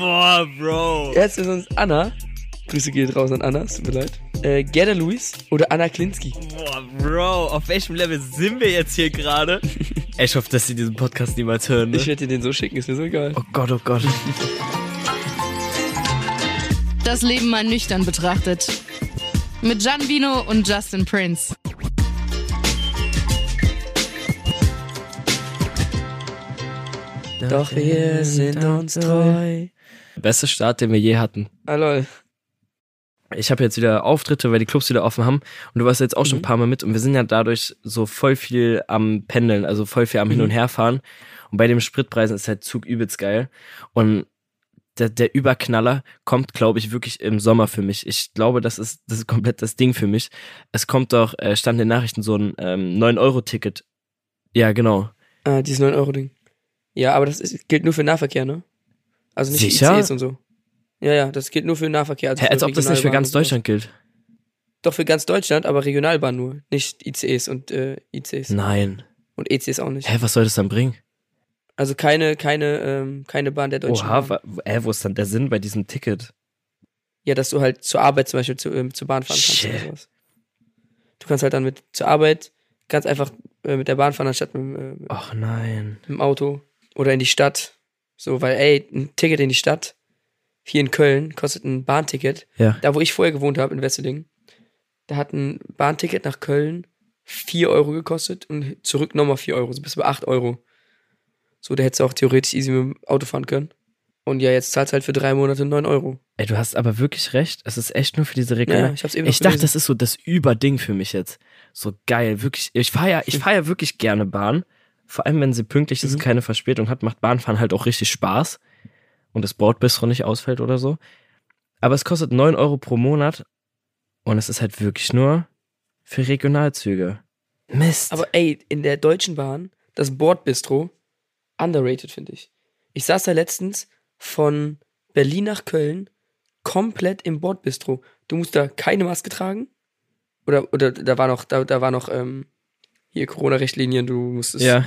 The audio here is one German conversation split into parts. Aua, Bro. Jetzt ist uns Anna. Grüße gehen raus an Anna, es tut mir leid. Äh, Gerda Luis oder Anna Klinski. Boah, Bro, auf welchem Level sind wir jetzt hier gerade? Ey, ich hoffe, dass sie diesen Podcast niemals hören. Ne? Ich werde dir den so schicken, ist mir so egal. oh Gott, oh Gott. Das Leben mal nüchtern betrachtet. Mit Gianvino und Justin Prince. Doch wir sind uns treu. Bester Start, den wir je hatten. Ah, lol. Ich habe jetzt wieder Auftritte, weil die Clubs wieder offen haben. Und du warst jetzt auch schon ein paar Mal mit. Und wir sind ja dadurch so voll viel am Pendeln, also voll viel am Hin- und Herfahren. Und bei den Spritpreisen ist halt Zug übelst geil. Und der, der Überknaller kommt, glaube ich, wirklich im Sommer für mich. Ich glaube, das ist, das ist komplett das Ding für mich. Es kommt doch, äh, stand in den Nachrichten, so ein ähm, 9-Euro-Ticket. Ja, genau. Ah, dieses 9-Euro-Ding. Ja, aber das ist, gilt nur für Nahverkehr, ne? Also nicht Sicher? für ICs und so. Ja, ja, das gilt nur für Nahverkehr. Also Hä, für als ob das nicht für Regionalbahn ganz und sowas. Deutschland gilt. Doch für ganz Deutschland, aber Regionalbahn nur. Nicht ICs und äh, ICs. Nein. Und ECs auch nicht. Hä, was soll das dann bringen? Also keine, keine, ähm, keine Bahn der Deutschen Oha, Bahn. wa- hä, wo ist dann der Sinn bei diesem Ticket? Ja, dass du halt zur Arbeit zum Beispiel zu, ähm, zur Bahn fahren kannst oder Shit. sowas. Du kannst halt dann mit zur Arbeit ganz einfach äh, mit der Bahn fahren, anstatt mit, dem, äh, mit Ach nein. dem Auto oder in die Stadt. So, weil ey, ein Ticket in die Stadt, hier in Köln, kostet ein Bahnticket. Ja. Da, wo ich vorher gewohnt habe, in Wesseling, da hat ein Bahnticket nach Köln 4 Euro gekostet und zurück nochmal 4 Euro, so bis bei 8 Euro. So, da hättest du auch theoretisch easy mit dem Auto fahren können. Und ja, jetzt zahlst du halt für drei Monate 9 Euro. Ey, du hast aber wirklich recht. Es ist echt nur für diese Regel. Ja, ich hab's eben noch ich dachte, gelesen. das ist so das Überding für mich jetzt. So geil, wirklich. Ich fahre ja, ich fahr ja wirklich gerne Bahn. Vor allem, wenn sie pünktlich ist, Mhm. keine Verspätung hat, macht Bahnfahren halt auch richtig Spaß. Und das Bordbistro nicht ausfällt oder so. Aber es kostet 9 Euro pro Monat. Und es ist halt wirklich nur für Regionalzüge. Mist. Aber ey, in der Deutschen Bahn, das Bordbistro, underrated, finde ich. Ich saß da letztens von Berlin nach Köln komplett im Bordbistro. Du musst da keine Maske tragen. Oder, oder da war noch, da, da war noch ähm, hier Corona-Richtlinien, du musstest ja.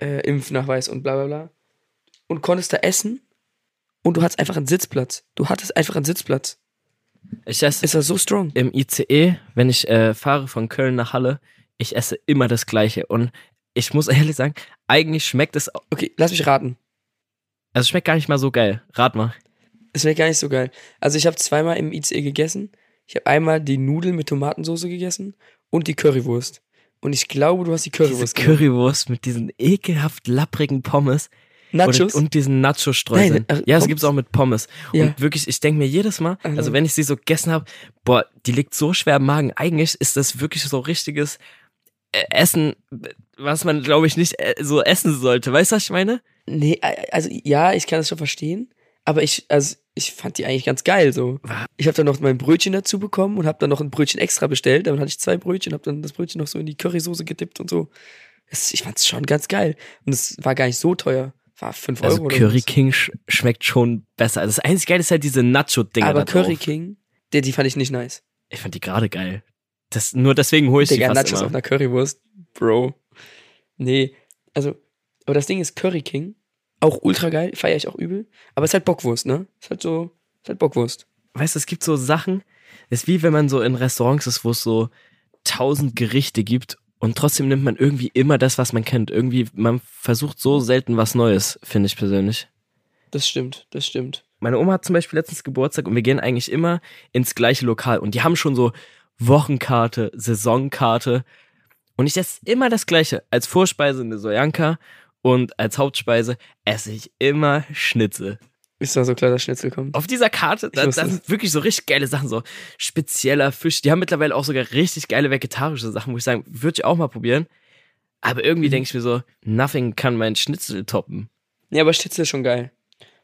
äh, Impfnachweis und bla bla bla. Und konntest da essen und du hattest einfach einen Sitzplatz. Du hattest einfach einen Sitzplatz. Ich esse Es war so strong. im ICE, wenn ich äh, fahre von Köln nach Halle, ich esse immer das Gleiche. Und ich muss ehrlich sagen, eigentlich schmeckt es, au- Okay, lass mich raten. also es schmeckt gar nicht mal so geil. Rat mal. Das wäre gar nicht so geil. Also ich habe zweimal im ICE gegessen. Ich habe einmal die Nudeln mit Tomatensauce gegessen und die Currywurst. Und ich glaube, du hast die Diese Currywurst genau. genommen. Currywurst mit diesen ekelhaft lapprigen Pommes Nachos? Und, und diesen Nein, Nacho-Streuseln. ach, Ja, Pommes. das gibt's auch mit Pommes. Ja. Und wirklich, ich denke mir jedes Mal, Ach, also nein. wenn ich sie so gegessen habe, boah, die liegt so schwer im Magen. Eigentlich ist das wirklich so richtiges äh, Essen, was man, glaube ich, nicht äh, so essen sollte. Weißt du, was ich meine? nee, also ja, ich kann das schon verstehen. Aber ich, also ich fand die eigentlich ganz geil so. Ich habe dann noch mein Brötchen dazu bekommen und habe dann noch ein Brötchen extra bestellt. Dann hatte ich zwei Brötchen, habe dann das Brötchen noch so in die Currysoße gedippt und so. Es- ich fand's schon ganz geil. Und es war gar nicht so teuer. War 5 Also Euro. oder Curry so. King sch schmeckt schon besser. Also das einzige Geile ist halt diese Nacho-Dinger da Aber drauf. Curry King, die, die fand ich nicht nice. Ich fand die gerade geil. Das, nur deswegen hole ich Digga, die fast Nachos immer. auf einer Currywurst. Bro. Nee, also, aber das Ding ist Curry King. Auch ultra geil, feiere ich auch übel. Aber ist halt Bockwurst, ne? Ist halt so, ist halt Bockwurst. Weißt du, es gibt so Sachen, es ist wie wenn man so in Restaurants ist, wo es so tausend Gerichte gibt und trotzdem nimmt man irgendwie immer das, was man kennt. Irgendwie, man versucht so selten was Neues, finde ich persönlich. Das stimmt, das stimmt. Meine Oma hat zum Beispiel letztens Geburtstag und wir gehen eigentlich immer ins gleiche Lokal und die haben schon so Wochenkarte, Saisonkarte und ich esse immer das gleiche. Als Vorspeise eine Sojanka und als Hauptspeise esse ich immer Schnitzel. Ist da so klar, dass Schnitzel kommt. Auf dieser Karte, da, da wusste es. sind wirklich so richtig geile Sachen, so spezieller Fisch. Die haben mittlerweile auch sogar richtig geile vegetarische Sachen, wo ich sagen, würde ich auch mal probieren. Aber irgendwie Mhm. denke ich mir so, nothing kann mein Schnitzel toppen. Nee, aber Schnitzel ist schon geil.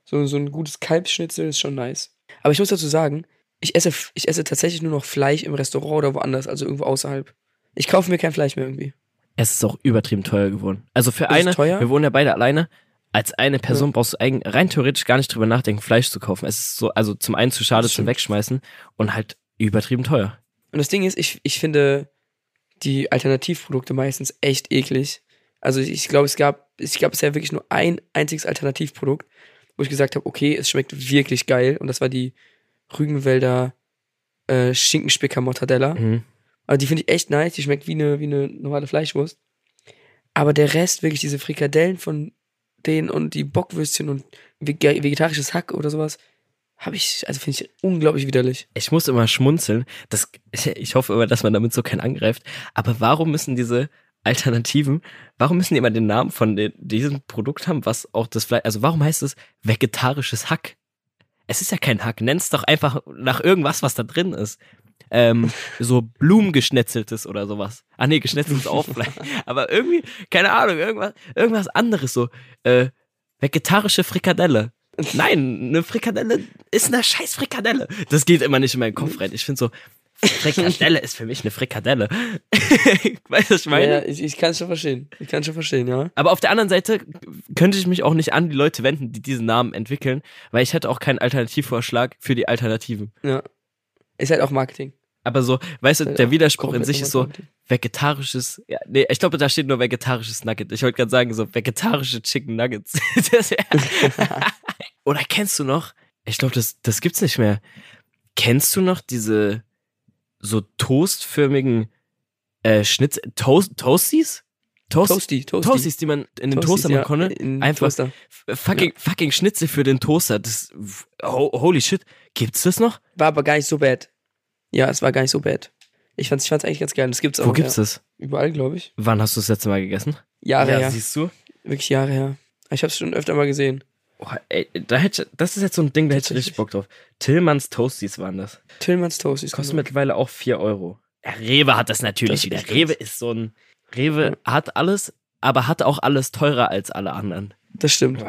So, so ein gutes Kalbsschnitzel ist schon nice. Aber ich muss dazu sagen, ich esse, ich esse tatsächlich nur noch Fleisch im Restaurant oder woanders, also irgendwo außerhalb. Ich kaufe mir kein Fleisch mehr irgendwie. Es ist auch übertrieben teuer geworden. Also für Ist es eine, teuer? wir wohnen ja beide alleine. Als eine Person brauchst du eigen, rein theoretisch gar nicht drüber nachdenken, Fleisch zu kaufen. Es ist so, also zum einen zu schade Das zum stimmt. Wegschmeißen und halt übertrieben teuer. Und das Ding ist, ich, ich finde die Alternativprodukte meistens echt eklig. Also ich, ich glaube, es gab, ich gab bisher wirklich nur ein einziges Alternativprodukt. wo ich gesagt habe, okay, es schmeckt wirklich geil. Und das war die Rügenwälder äh, Schinkenspicker Mortadella. Mhm. Also die finde ich echt nice. Die schmeckt wie eine, wie eine normale Fleischwurst. Aber der Rest, wirklich diese Frikadellen von denen und die Bockwürstchen und vege- vegetarisches Hack oder sowas, habe ich, also finde ich unglaublich widerlich. Ich muss immer schmunzeln. Das, ich hoffe immer, dass man damit so keinen angreift. Aber warum müssen diese Alternativen, warum müssen die immer den Namen von de- diesem Produkt haben, was auch das Fleisch, also warum heißt es vegetarisches Hack? Es ist ja kein Hack. Nenn's doch einfach nach irgendwas, was da drin ist. Ähm, so Blumengeschnetzeltes oder sowas. Ah nee, geschnetzeltes auch vielleicht. Aber irgendwie, keine Ahnung, irgendwas, irgendwas anderes so. Äh, vegetarische Frikadelle. Nein, eine Frikadelle ist eine scheiß Frikadelle. Das geht immer nicht in meinen Kopf rein. Ich finde so, Frikadelle ist für mich eine Frikadelle. weißt du, was ich meine? Ja, ich, ich kann es schon verstehen. Ich kann schon verstehen, ja. Aber auf der anderen Seite könnte ich mich auch nicht an die Leute wenden, die diesen Namen entwickeln, weil ich hätte auch keinen Alternativvorschlag für die Alternativen. Ja. Ist halt auch Marketing. Aber so, weißt du, Ist halt der auch Widerspruch in komplett sich ist so Marketing. vegetarisches, ja, nee, ich glaube, da steht nur vegetarisches Nugget. Ich wollte gerade sagen, so vegetarische Chicken Nuggets. Das wär- Oder kennst du noch, ich glaube, das, das gibt's nicht mehr. Kennst du noch diese so toastförmigen äh, Schnitz, Toast, Toasties? Toast, Toasty, Toasty. Toasties, die man in den Toaster machen konnte. in Einfach Toaster. Fucking, fucking Schnitzel für den Toaster. Das, ho- holy shit. Gibt's das noch? War aber gar nicht so bad. Ja, es war gar nicht so bad. Ich fand's, ich fand's eigentlich ganz geil. Das gibt's auch. Wo gibt's ja. Ah, das? Überall, glaube ich. Wann hast du das letzte Mal gegessen? Jahre her. siehst du? Wirklich Jahre her. Ich hab's schon öfter mal gesehen. Oh, ey, da hätte, das ist jetzt so ein Ding, da hätte ich richtig Tatsächlich. Bock drauf. Tillmanns Toasties waren das. Tillmanns Toasties. Kostet mittlerweile auch 4 Euro. Ja, Rewe hat das natürlich Genau. Das ist wieder. echt Rewe ist so ein. Rewe hat alles, aber hat auch alles teurer als alle anderen. Das stimmt.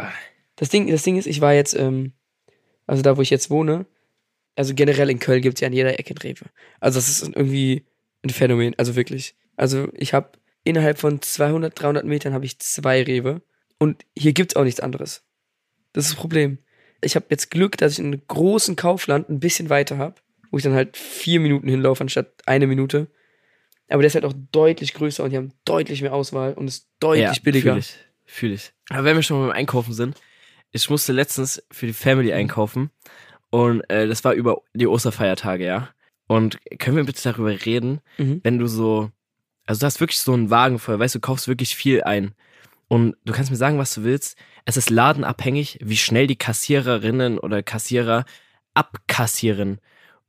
Das Ding, das Ding ist, ich war jetzt, ähm, also da, wo ich jetzt wohne, also generell in Köln gibt's ja an jeder Ecke ein Rewe. Also das ist irgendwie ein Phänomen, also wirklich. Also ich habe innerhalb von 200, 300 Metern habe ich zwei Rewe und hier gibt's auch nichts anderes. Das ist das Problem. Ich habe jetzt Glück, dass ich einen großen Kaufland ein bisschen weiter habe, wo ich dann halt vier Minuten hinlaufe anstatt eine Minute. Aber der ist halt auch deutlich größer und die haben deutlich mehr Auswahl und ist deutlich billiger. Fühl ich, fühl ich. Aber wenn wir schon beim Einkaufen sind, ich musste letztens für die Family einkaufen und äh, das war über die Osterfeiertage, ja. Und können wir bitte darüber reden, Mhm. wenn du so, also du hast wirklich so einen Wagen voll, weißt du, du kaufst wirklich viel ein. Und du kannst mir sagen, was du willst. Es ist ladenabhängig, wie schnell die Kassiererinnen oder Kassierer abkassieren.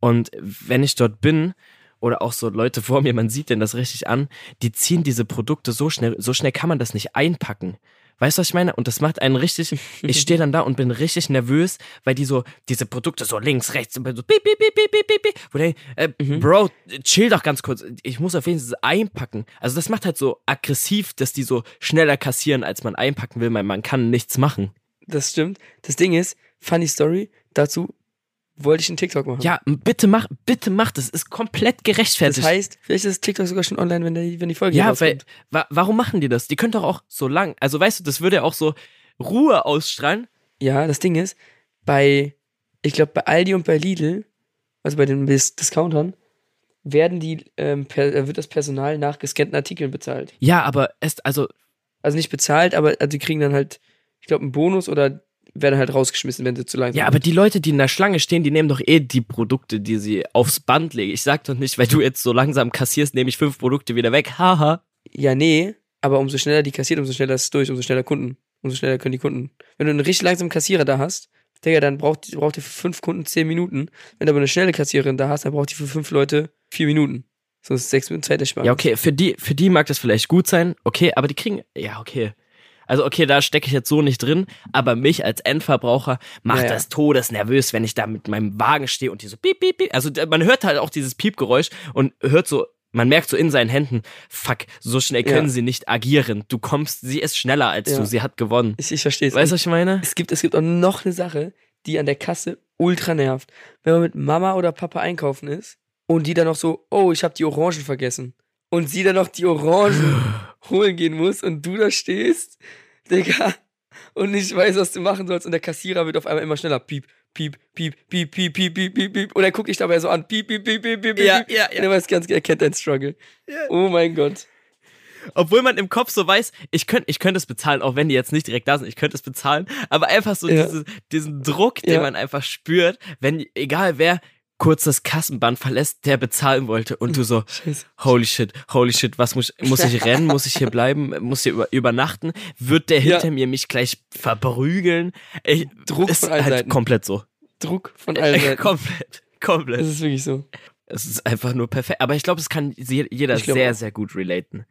Und wenn ich dort bin, oder auch so Leute vor mir, man sieht denn das richtig an, die ziehen diese Produkte so schnell, so schnell kann man das nicht einpacken. Weißt du, was ich meine? Und das macht einen richtig, ich stehe dann da und bin richtig nervös, weil die so, diese Produkte so links, rechts, und so piep, piep, piep, piep, piep, piep, piep, wo ich denk, äh, Mhm. Bro, chill doch ganz kurz, ich muss auf jeden Fall einpacken. Also das macht halt so aggressiv, dass die so schneller kassieren, als man einpacken will, weil man kann nichts machen. Das stimmt. Das Ding ist, funny story, dazu wollte ich einen TikTok machen. Ja, bitte mach, bitte mach das, ist komplett das gerechtfertigt. heißt, genau, vielleicht ist TikTok sogar schon online, wenn, der, wenn die Folge hier Ja, weil, rauskommt. wa warum machen die das? Die können doch auch so lang, also weißt du, das würde ja auch so Ruhe ausstrahlen. Ja, das Ding ist, bei, ich glaube, bei Aldi und bei Lidl, also bei den Dis- Discountern, werden die, ähm, per, wird das Personal nach gescannten Artikeln bezahlt. Ja, aber es, also, Also nicht bezahlt, aber also die kriegen dann halt, ich glaube, einen Bonus oder werden halt rausgeschmissen, wenn sie zu langsam ja, aber die Leute, die in der Schlange stehen, die nehmen doch eh die Produkte, die sie aufs Band legen. Ich sag doch nicht, weil du jetzt so langsam kassierst, nehme ich fünf Produkte wieder weg. Haha. Ja, nee, aber umso schneller die kassiert, umso schneller ist es durch, umso schneller Kunden. Umso schneller können die Kunden. Wenn du einen richtig langsamen Kassierer da hast, Digga, dann braucht, braucht ihr für fünf Kunden zehn Minuten. Wenn du aber eine schnelle Kassiererin da hast, dann braucht die für fünf Leute vier Minuten. Sonst ist sechs Minuten Zeitersparnis. Ja, okay, für die, für die mag das vielleicht gut sein, okay, aber die kriegen, ja, okay. Also, okay, da stecke ich jetzt so nicht drin, aber mich als Endverbraucher macht Naja. das todesnervös, wenn ich da mit meinem Wagen stehe und die so piep, piep, piep. Also, man hört halt auch dieses Piepgeräusch und hört so, man merkt so in seinen Händen, fuck, so schnell Ja. können sie nicht agieren. Du kommst, sie ist schneller als Ja. du, sie hat gewonnen. Ich, ich verstehe es. Weißt du, was ich meine? es gibt, es gibt auch noch eine Sache, die an der Kasse ultra nervt. Wenn man mit Mama oder Papa einkaufen ist und die dann noch so, oh, ich habe die Orangen vergessen. Und sie dann noch die Orangen holen gehen muss und du da stehst, Digga, und nicht weiß, was du machen sollst. Und der Kassierer wird auf einmal immer schneller. Piep, piep, piep, piep, piep, piep, piep, piep, piep. Und er guckt dich dabei so an. Piep, piep, piep, piep, piep, piep. Ja, piep. ja, ja. Und er weiß ganz, er kennt deinen Struggle. Oh mein Gott. obwohl man im Kopf so weiß, ich könnte ich könnt es bezahlen, auch wenn die jetzt nicht direkt da sind, ich könnte es bezahlen, aber einfach so Ja. diese, diesen Druck, den Ja. man einfach spürt, wenn, egal wer kurz das Kassenband verlässt, der bezahlen wollte und du so, Scheiße. holy shit, holy shit, was muss ich, muss ich rennen, muss ich hier bleiben, muss hier über, übernachten, wird der Ja. hinter mir mich gleich verprügeln? Ich, Druck ist von allen halt Seiten. komplett so. Druck von allen Seiten. komplett, komplett. Das ist wirklich so. Es ist einfach nur perfekt. Aber ich glaube, es kann je- jeder Ich glaub sehr, auch. sehr gut relaten.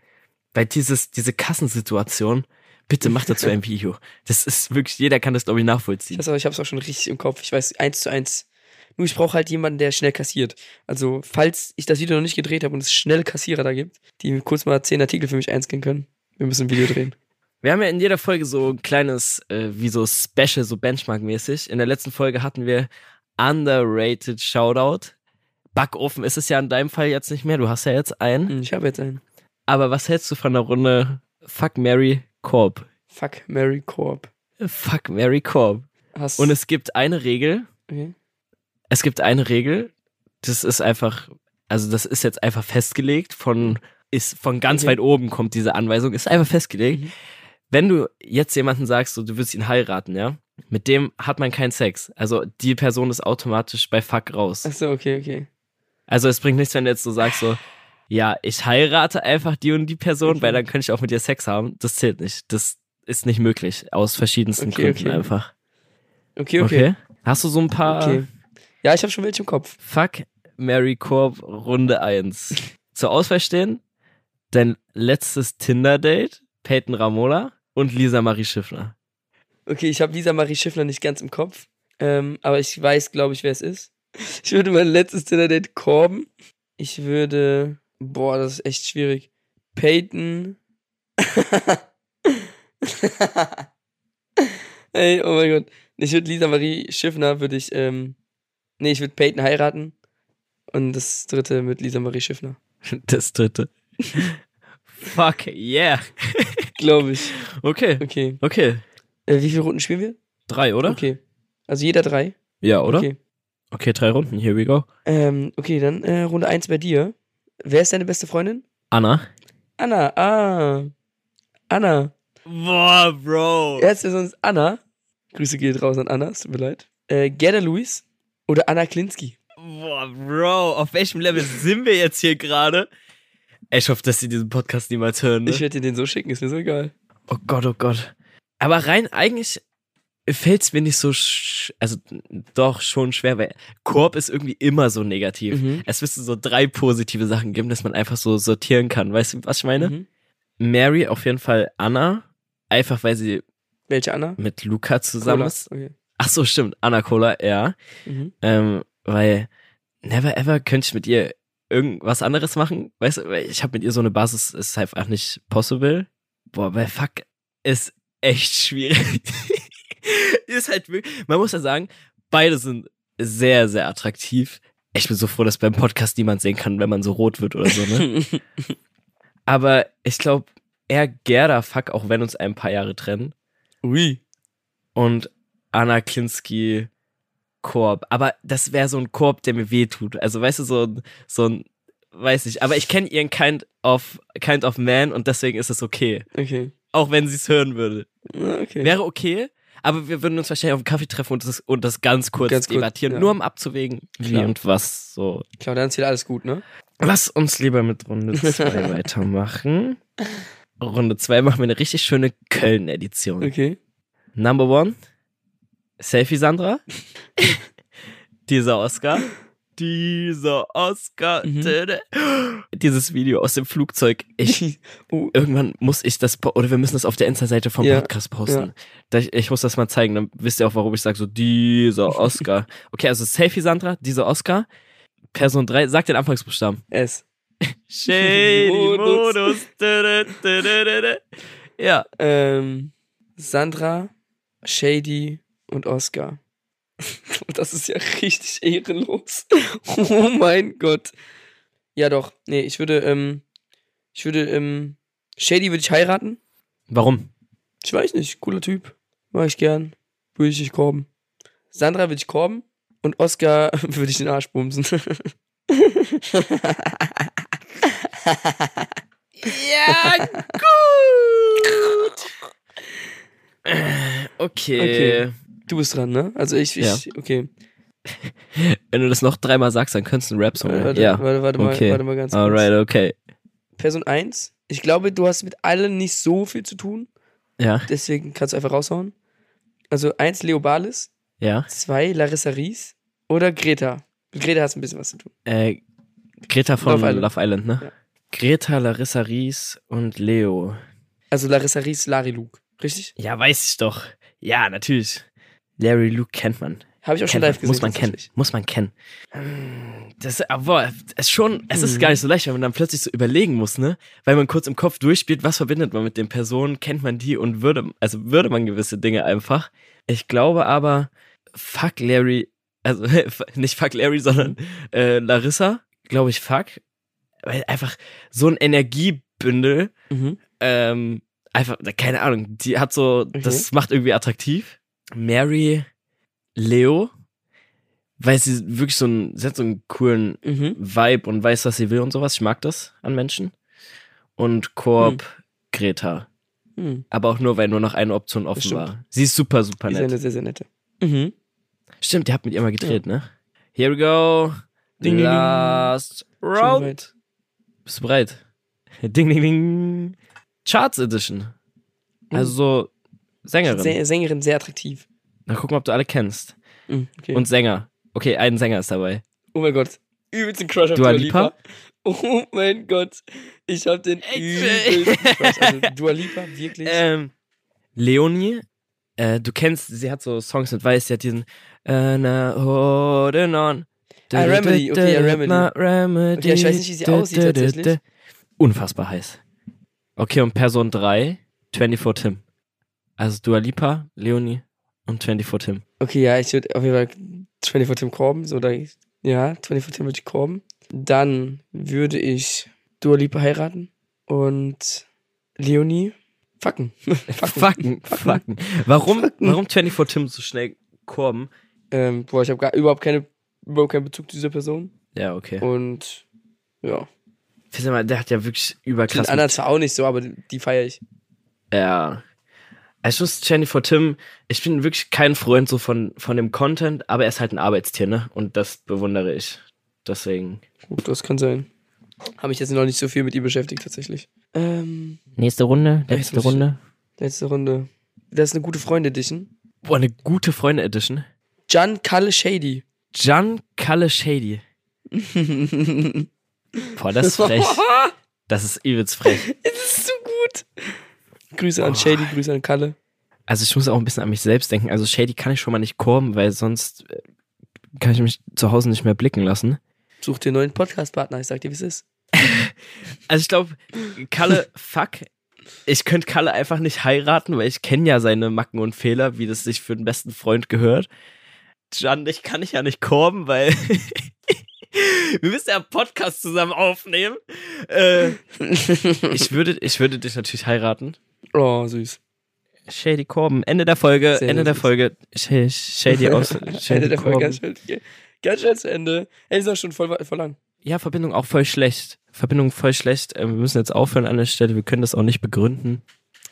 Weil dieses, diese Kassensituation, bitte mach dazu ein Video. Das ist wirklich, jeder kann das, glaube ich, Ich, nachvollziehen. weiß, aber ich hab's auch schon richtig im Kopf. Ich weiß, eins zu eins. Nur ich brauche halt jemanden, der schnell kassiert. Also, falls ich das Video noch nicht gedreht habe und es schnell Kassierer da gibt, die mir kurz mal zehn Artikel für mich einscannen können. Wir müssen ein Video drehen. Wir haben ja in jeder Folge so ein kleines, äh, wie so Special, so Benchmark-mäßig. In der letzten Folge hatten wir Underrated Shoutout. Backofen ist es ja in deinem Fall jetzt nicht mehr. Du hast ja jetzt einen. Hm, Ich habe jetzt einen. Aber was hältst du von der Runde Fuck Mary Corp? Fuck Mary Corp. Fuck Mary Corp. Hast Und es gibt eine Regel, okay. Es gibt eine Regel, das ist einfach, also das ist jetzt einfach festgelegt von ist von ganz Okay. weit oben kommt diese Anweisung, ist einfach festgelegt. Mhm. Wenn du jetzt jemanden sagst, so, du willst ihn heiraten, ja, mit dem hat man keinen Sex. Also die Person ist automatisch bei Fuck raus. Achso, okay, okay. Also es bringt nichts, wenn du jetzt so sagst, so, ja, ich heirate einfach die und die Person, Mhm. weil dann könnte ich auch mit dir Sex haben. Das zählt nicht. Das ist nicht möglich. Aus verschiedensten Okay, Gründen okay. einfach. Okay, okay. Okay. Hast du so ein paar Okay. Ja, ich habe schon welche im Kopf. Fuck Mary Corp Runde 1. Zur Auswahl stehen dein letztes Tinder-Date, Peyton Ramola und Lisa Marie Schiffner. Okay, ich habe Lisa Marie Schiffler nicht ganz im Kopf. Ähm, aber ich weiß, glaube ich, wer es ist. Ich würde mein letztes Tinder-Date korben. Ich würde. Boah, das ist echt schwierig. Peyton. Ey, oh mein Gott. Ich würde Lisa Marie Schiffner, würde ich. Ähm, nee, ich würde Peyton heiraten. Und das dritte mit Lisa Marie Schiffner. Das dritte. Fuck yeah. Glaube ich. Okay, Okay. okay. Äh, wie viele Runden spielen wir? Drei, oder? Okay. Also jeder drei. Ja, oder? Okay. Okay. drei Runden. Here we go. Ähm, okay, dann äh, Runde 1 bei dir. Wer ist deine beste Freundin? Anna. Anna. Ah. Anna. Boah, Bro. Er ist ja sonst Anna. Grüße geht raus an Anna, es tut mir leid. Äh, Gerda Luis oder Anna Klinski? Boah, Bro. Auf welchem Level sind wir jetzt hier gerade? Ey, Ich hoffe, dass sie diesen Podcast niemals hören. Ne? Ich werde dir den so schicken, ist mir so egal. Oh Gott, oh Gott. Aber rein eigentlich fällt's mir nicht so, sch also n- doch schon schwer, weil Korb ist irgendwie immer so negativ. Mhm. Es müsste so drei positive Sachen geben, dass man einfach so sortieren kann. Weißt du, was ich meine? Mhm. Mary auf jeden Fall Anna, einfach weil sie Welche Anna? mit Luca zusammen Cola. ist. Okay. Ach so, stimmt, Anna Cola, ja. Mhm. Ähm, weil never ever könnte ich mit ihr irgendwas anderes machen. Weißt du, weil ich habe mit ihr so eine Basis, ist halt einfach nicht possible. Boah, bei Fuck ist echt schwierig. ist halt wirklich, man muss ja sagen, beide sind sehr, sehr attraktiv. Ich bin so froh, dass beim Podcast niemand sehen kann, wenn man so rot wird oder so, ne? Aber ich glaube, eher Gerda Fuck, auch wenn uns ein paar Jahre trennen Ui. und Anna Klinski Korb. Aber das wäre so ein Korb, der mir wehtut. Also weißt du, so ein, so ein, weiß nicht. Aber ich kenne ihren kind of, kind of Man und deswegen ist es okay. Okay. Auch wenn sie es hören würde. Ah, Okay. Wäre okay, aber wir würden uns wahrscheinlich auf einen Kaffee treffen und das, und das ganz kurz Ganz kurz, debattieren, ja. nur um abzuwägen, wie Klar. und was so. Klar, dann ist wieder alles gut, ne? Lass uns lieber mit Runde 2 weitermachen. Runde 2 machen wir eine richtig schöne Köln-Edition. Okay. Number one, Selfie Sandra. Dieser Oscar. Dieser Oscar. Mhm. Dede. Dieses Video aus dem Flugzeug. Ich, oh, irgendwann muss ich das, po- oder wir müssen das auf der Insta-Seite vom Ja, Podcast posten. Da- Ich, ich muss das mal zeigen, dann wisst ihr auch, warum ich sage so, dieser Oscar. okay, also Selfie Sandra, dieser Oscar. Person 3, sag den Anfangsbuchstaben. S. Shady Modus. Modus. Dede, dede, dede. Ja, Ähm, Sandra, Shady und Oscar. Das ist ja richtig ehrenlos. Oh mein Gott. Ja doch, nee, ich würde, ähm, ich würde, ähm, Shady würde ich heiraten. warum? Ich weiß nicht, cooler Typ. Mach ich gern. Würde ich nicht korben. Sandra würde ich korben und Oscar würde ich den Arsch bumsen. Ja, gut. Okay. Okay. Du bist dran, ne? Also ich, ich okay. Wenn du das noch dreimal sagst, dann könntest du einen Rap-Song Warte, machen. warte, Ja. warte, warte, okay. mal, warte mal ganz kurz. Alright, okay. Person 1. Ich glaube, du hast mit allen nicht so viel zu tun. Ja, Deswegen kannst du einfach raushauen. Also 1 Leo Balis, ja. 2 Larissa Ries oder Greta. Mit Greta hast du ein bisschen was zu tun. Äh, Greta von Love Love Island, Island. ne? Ja. Greta, Larissa Ries und Leo. Also Larissa Ries, Lari Luke. Richtig? Ja, weiß ich doch. Ja, natürlich. Larry Luke kennt man. Habe ich auch schon Kennt man. live gesehen. Muss man kennen. tatsächlich. Muss man kennen. Ähm, Das, aber es ist schon, es ist Mhm. gar nicht so leicht, wenn man dann plötzlich so überlegen muss, ne? Weil man kurz im Kopf durchspielt, was verbindet man mit den Personen, kennt man die und würde, also würde man gewisse Dinge einfach. Ich glaube aber, fuck Larry, also nicht fuck Larry, sondern äh, Larissa, glaube ich, fuck. Weil einfach so ein Energiebündel, Mhm. ähm, einfach, keine Ahnung, die hat so, das macht irgendwie attraktiv. Mary Leo, weil sie wirklich so ein, sie hat so einen coolen Mhm. Vibe und weiß, was sie will und sowas. Ich mag das an Menschen. Und Korb Greta. Mhm. Aber auch nur, weil nur noch eine Option offen stimmt. war. Sie ist super, super Die ist eine nett. sehr, sehr nette. Mhm. Stimmt, ihr habt mit ihr mal gedreht, ne? Here we go. Ding, ding, ding. Last Schon round. weit. Bist du bereit? Ding, ding, ding. Charts Edition. Hm. Also so Sängerin. Sehr, Sängerin, sehr attraktiv. Na, guck mal, ob du alle kennst. Mhm. Okay. Und Sänger. Okay, ein Sänger ist dabei. Oh mein Gott. Übelst den Crush auf Dua Dua Lipa? Lipa. Oh mein Gott. Ich hab den will- übelsten Crush. Also Dua Lipa, wirklich. Ähm, Leonie. Äh, du kennst, sie hat so Songs mit Weiß, sie hat diesen äh, na, holding on. Ah, Remedy, okay, ja, Remedy. My Remedy. Okay, ich weiß nicht, wie sie aussieht tatsächlich. Unfassbar heiß. Okay, und Person 3, 24 Tim. Also Dua Lipa, Leonie und 24 Tim. Okay, ja, ich würde auf jeden Fall 24 Tim Korben. So, da, ja, 24 Tim würde ich Korben. Dann würde ich Dua Lipa heiraten und Leonie fucken. fucken. Fucken, fucken. Warum, warum 24 Tim so schnell korben? Ähm, boah, ich habe gar überhaupt, keine, überhaupt keinen Bezug zu dieser Person. Ja, okay. Und ja. Ich sag Oh. mal, der hat ja wirklich Den überkrass anderen zwar auch nicht so, aber die feiere ich. Ja. Also ich muss Jennifer Tim, ich bin wirklich kein Freund so von, von dem Content, aber er ist halt ein Arbeitstier, ne? Und das bewundere ich. Deswegen. Gut, das kann sein. Habe mich jetzt noch nicht so viel mit ihr beschäftigt, tatsächlich. Ähm, Nächste Runde, letzte muss ich- Runde. letzte Runde. Das ist eine gute Freunde Edition. Boah, eine gute Freunde Edition. Jan Kalle Shady. Jan Kalle Shady. Boah, das ist frech. Das ist übelst frech. Es ist so gut. Grüße an Oh. Shady, Grüße an Kalle. Also ich muss auch ein bisschen an mich selbst denken. Also Shady kann ich schon mal nicht kommen, weil sonst äh, kann ich mich zu Hause nicht mehr blicken lassen. Such dir einen neuen Podcast-Partner, ich sag dir, wie es ist. Also ich glaube, Kalle, fuck. Ich könnte Kalle einfach nicht heiraten, weil ich kenne ja seine Macken und Fehler, wie das sich für den besten Freund gehört. Jan, dich kann ich ja nicht korben, weil wir müssen ja einen Podcast zusammen aufnehmen. Äh, ich, würde, ich würde dich natürlich heiraten. Oh, süß. Shady Korben, Ende der Folge, Sehr, Ende sehr der süß. Folge. Sh- Shady aus. Ende Shady der Folge, Korben. ganz schön, ganz schön zu Ende. Ey, ist auch schon voll, voll lang. Ja, Verbindung auch voll schlecht. Verbindung voll schlecht. Äh, Wir müssen jetzt aufhören an der Stelle. Wir können das auch nicht begründen.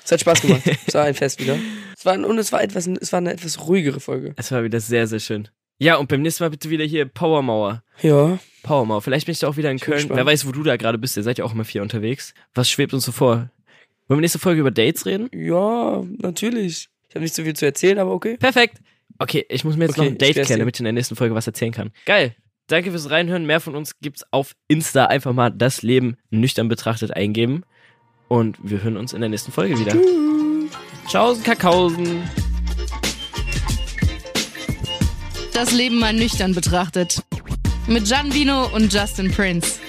Es hat Spaß gemacht. es war ein Fest wieder. Es war, ein- und es war, etwas, es war eine etwas ruhigere Folge. Es war wieder sehr, sehr schön. Ja, und beim nächsten Mal bitte wieder hier Powermauer. Ja. Powermauer. Vielleicht bin ich da auch wieder in bin Köln. gespannt. Wer weiß, wo du da gerade bist. Ihr seid ja auch immer viel unterwegs. Was schwebt uns so vor? Wollen wir nächste Folge über Dates reden? Ja, natürlich. Ich habe nicht so viel zu erzählen, aber okay. Perfekt. Okay, ich muss mir jetzt Okay, noch ein ich Date klär's klären, dir. damit ich in der nächsten Folge was erzählen kann. Geil. Danke fürs Reinhören. Mehr von uns gibt's auf Insta. Einfach mal das Leben nüchtern betrachtet eingeben. Und wir hören uns in der nächsten Folge wieder. Tschaußen, Kakausen. Das Leben mal nüchtern betrachtet. Mit Gian Vino und Justin Prince.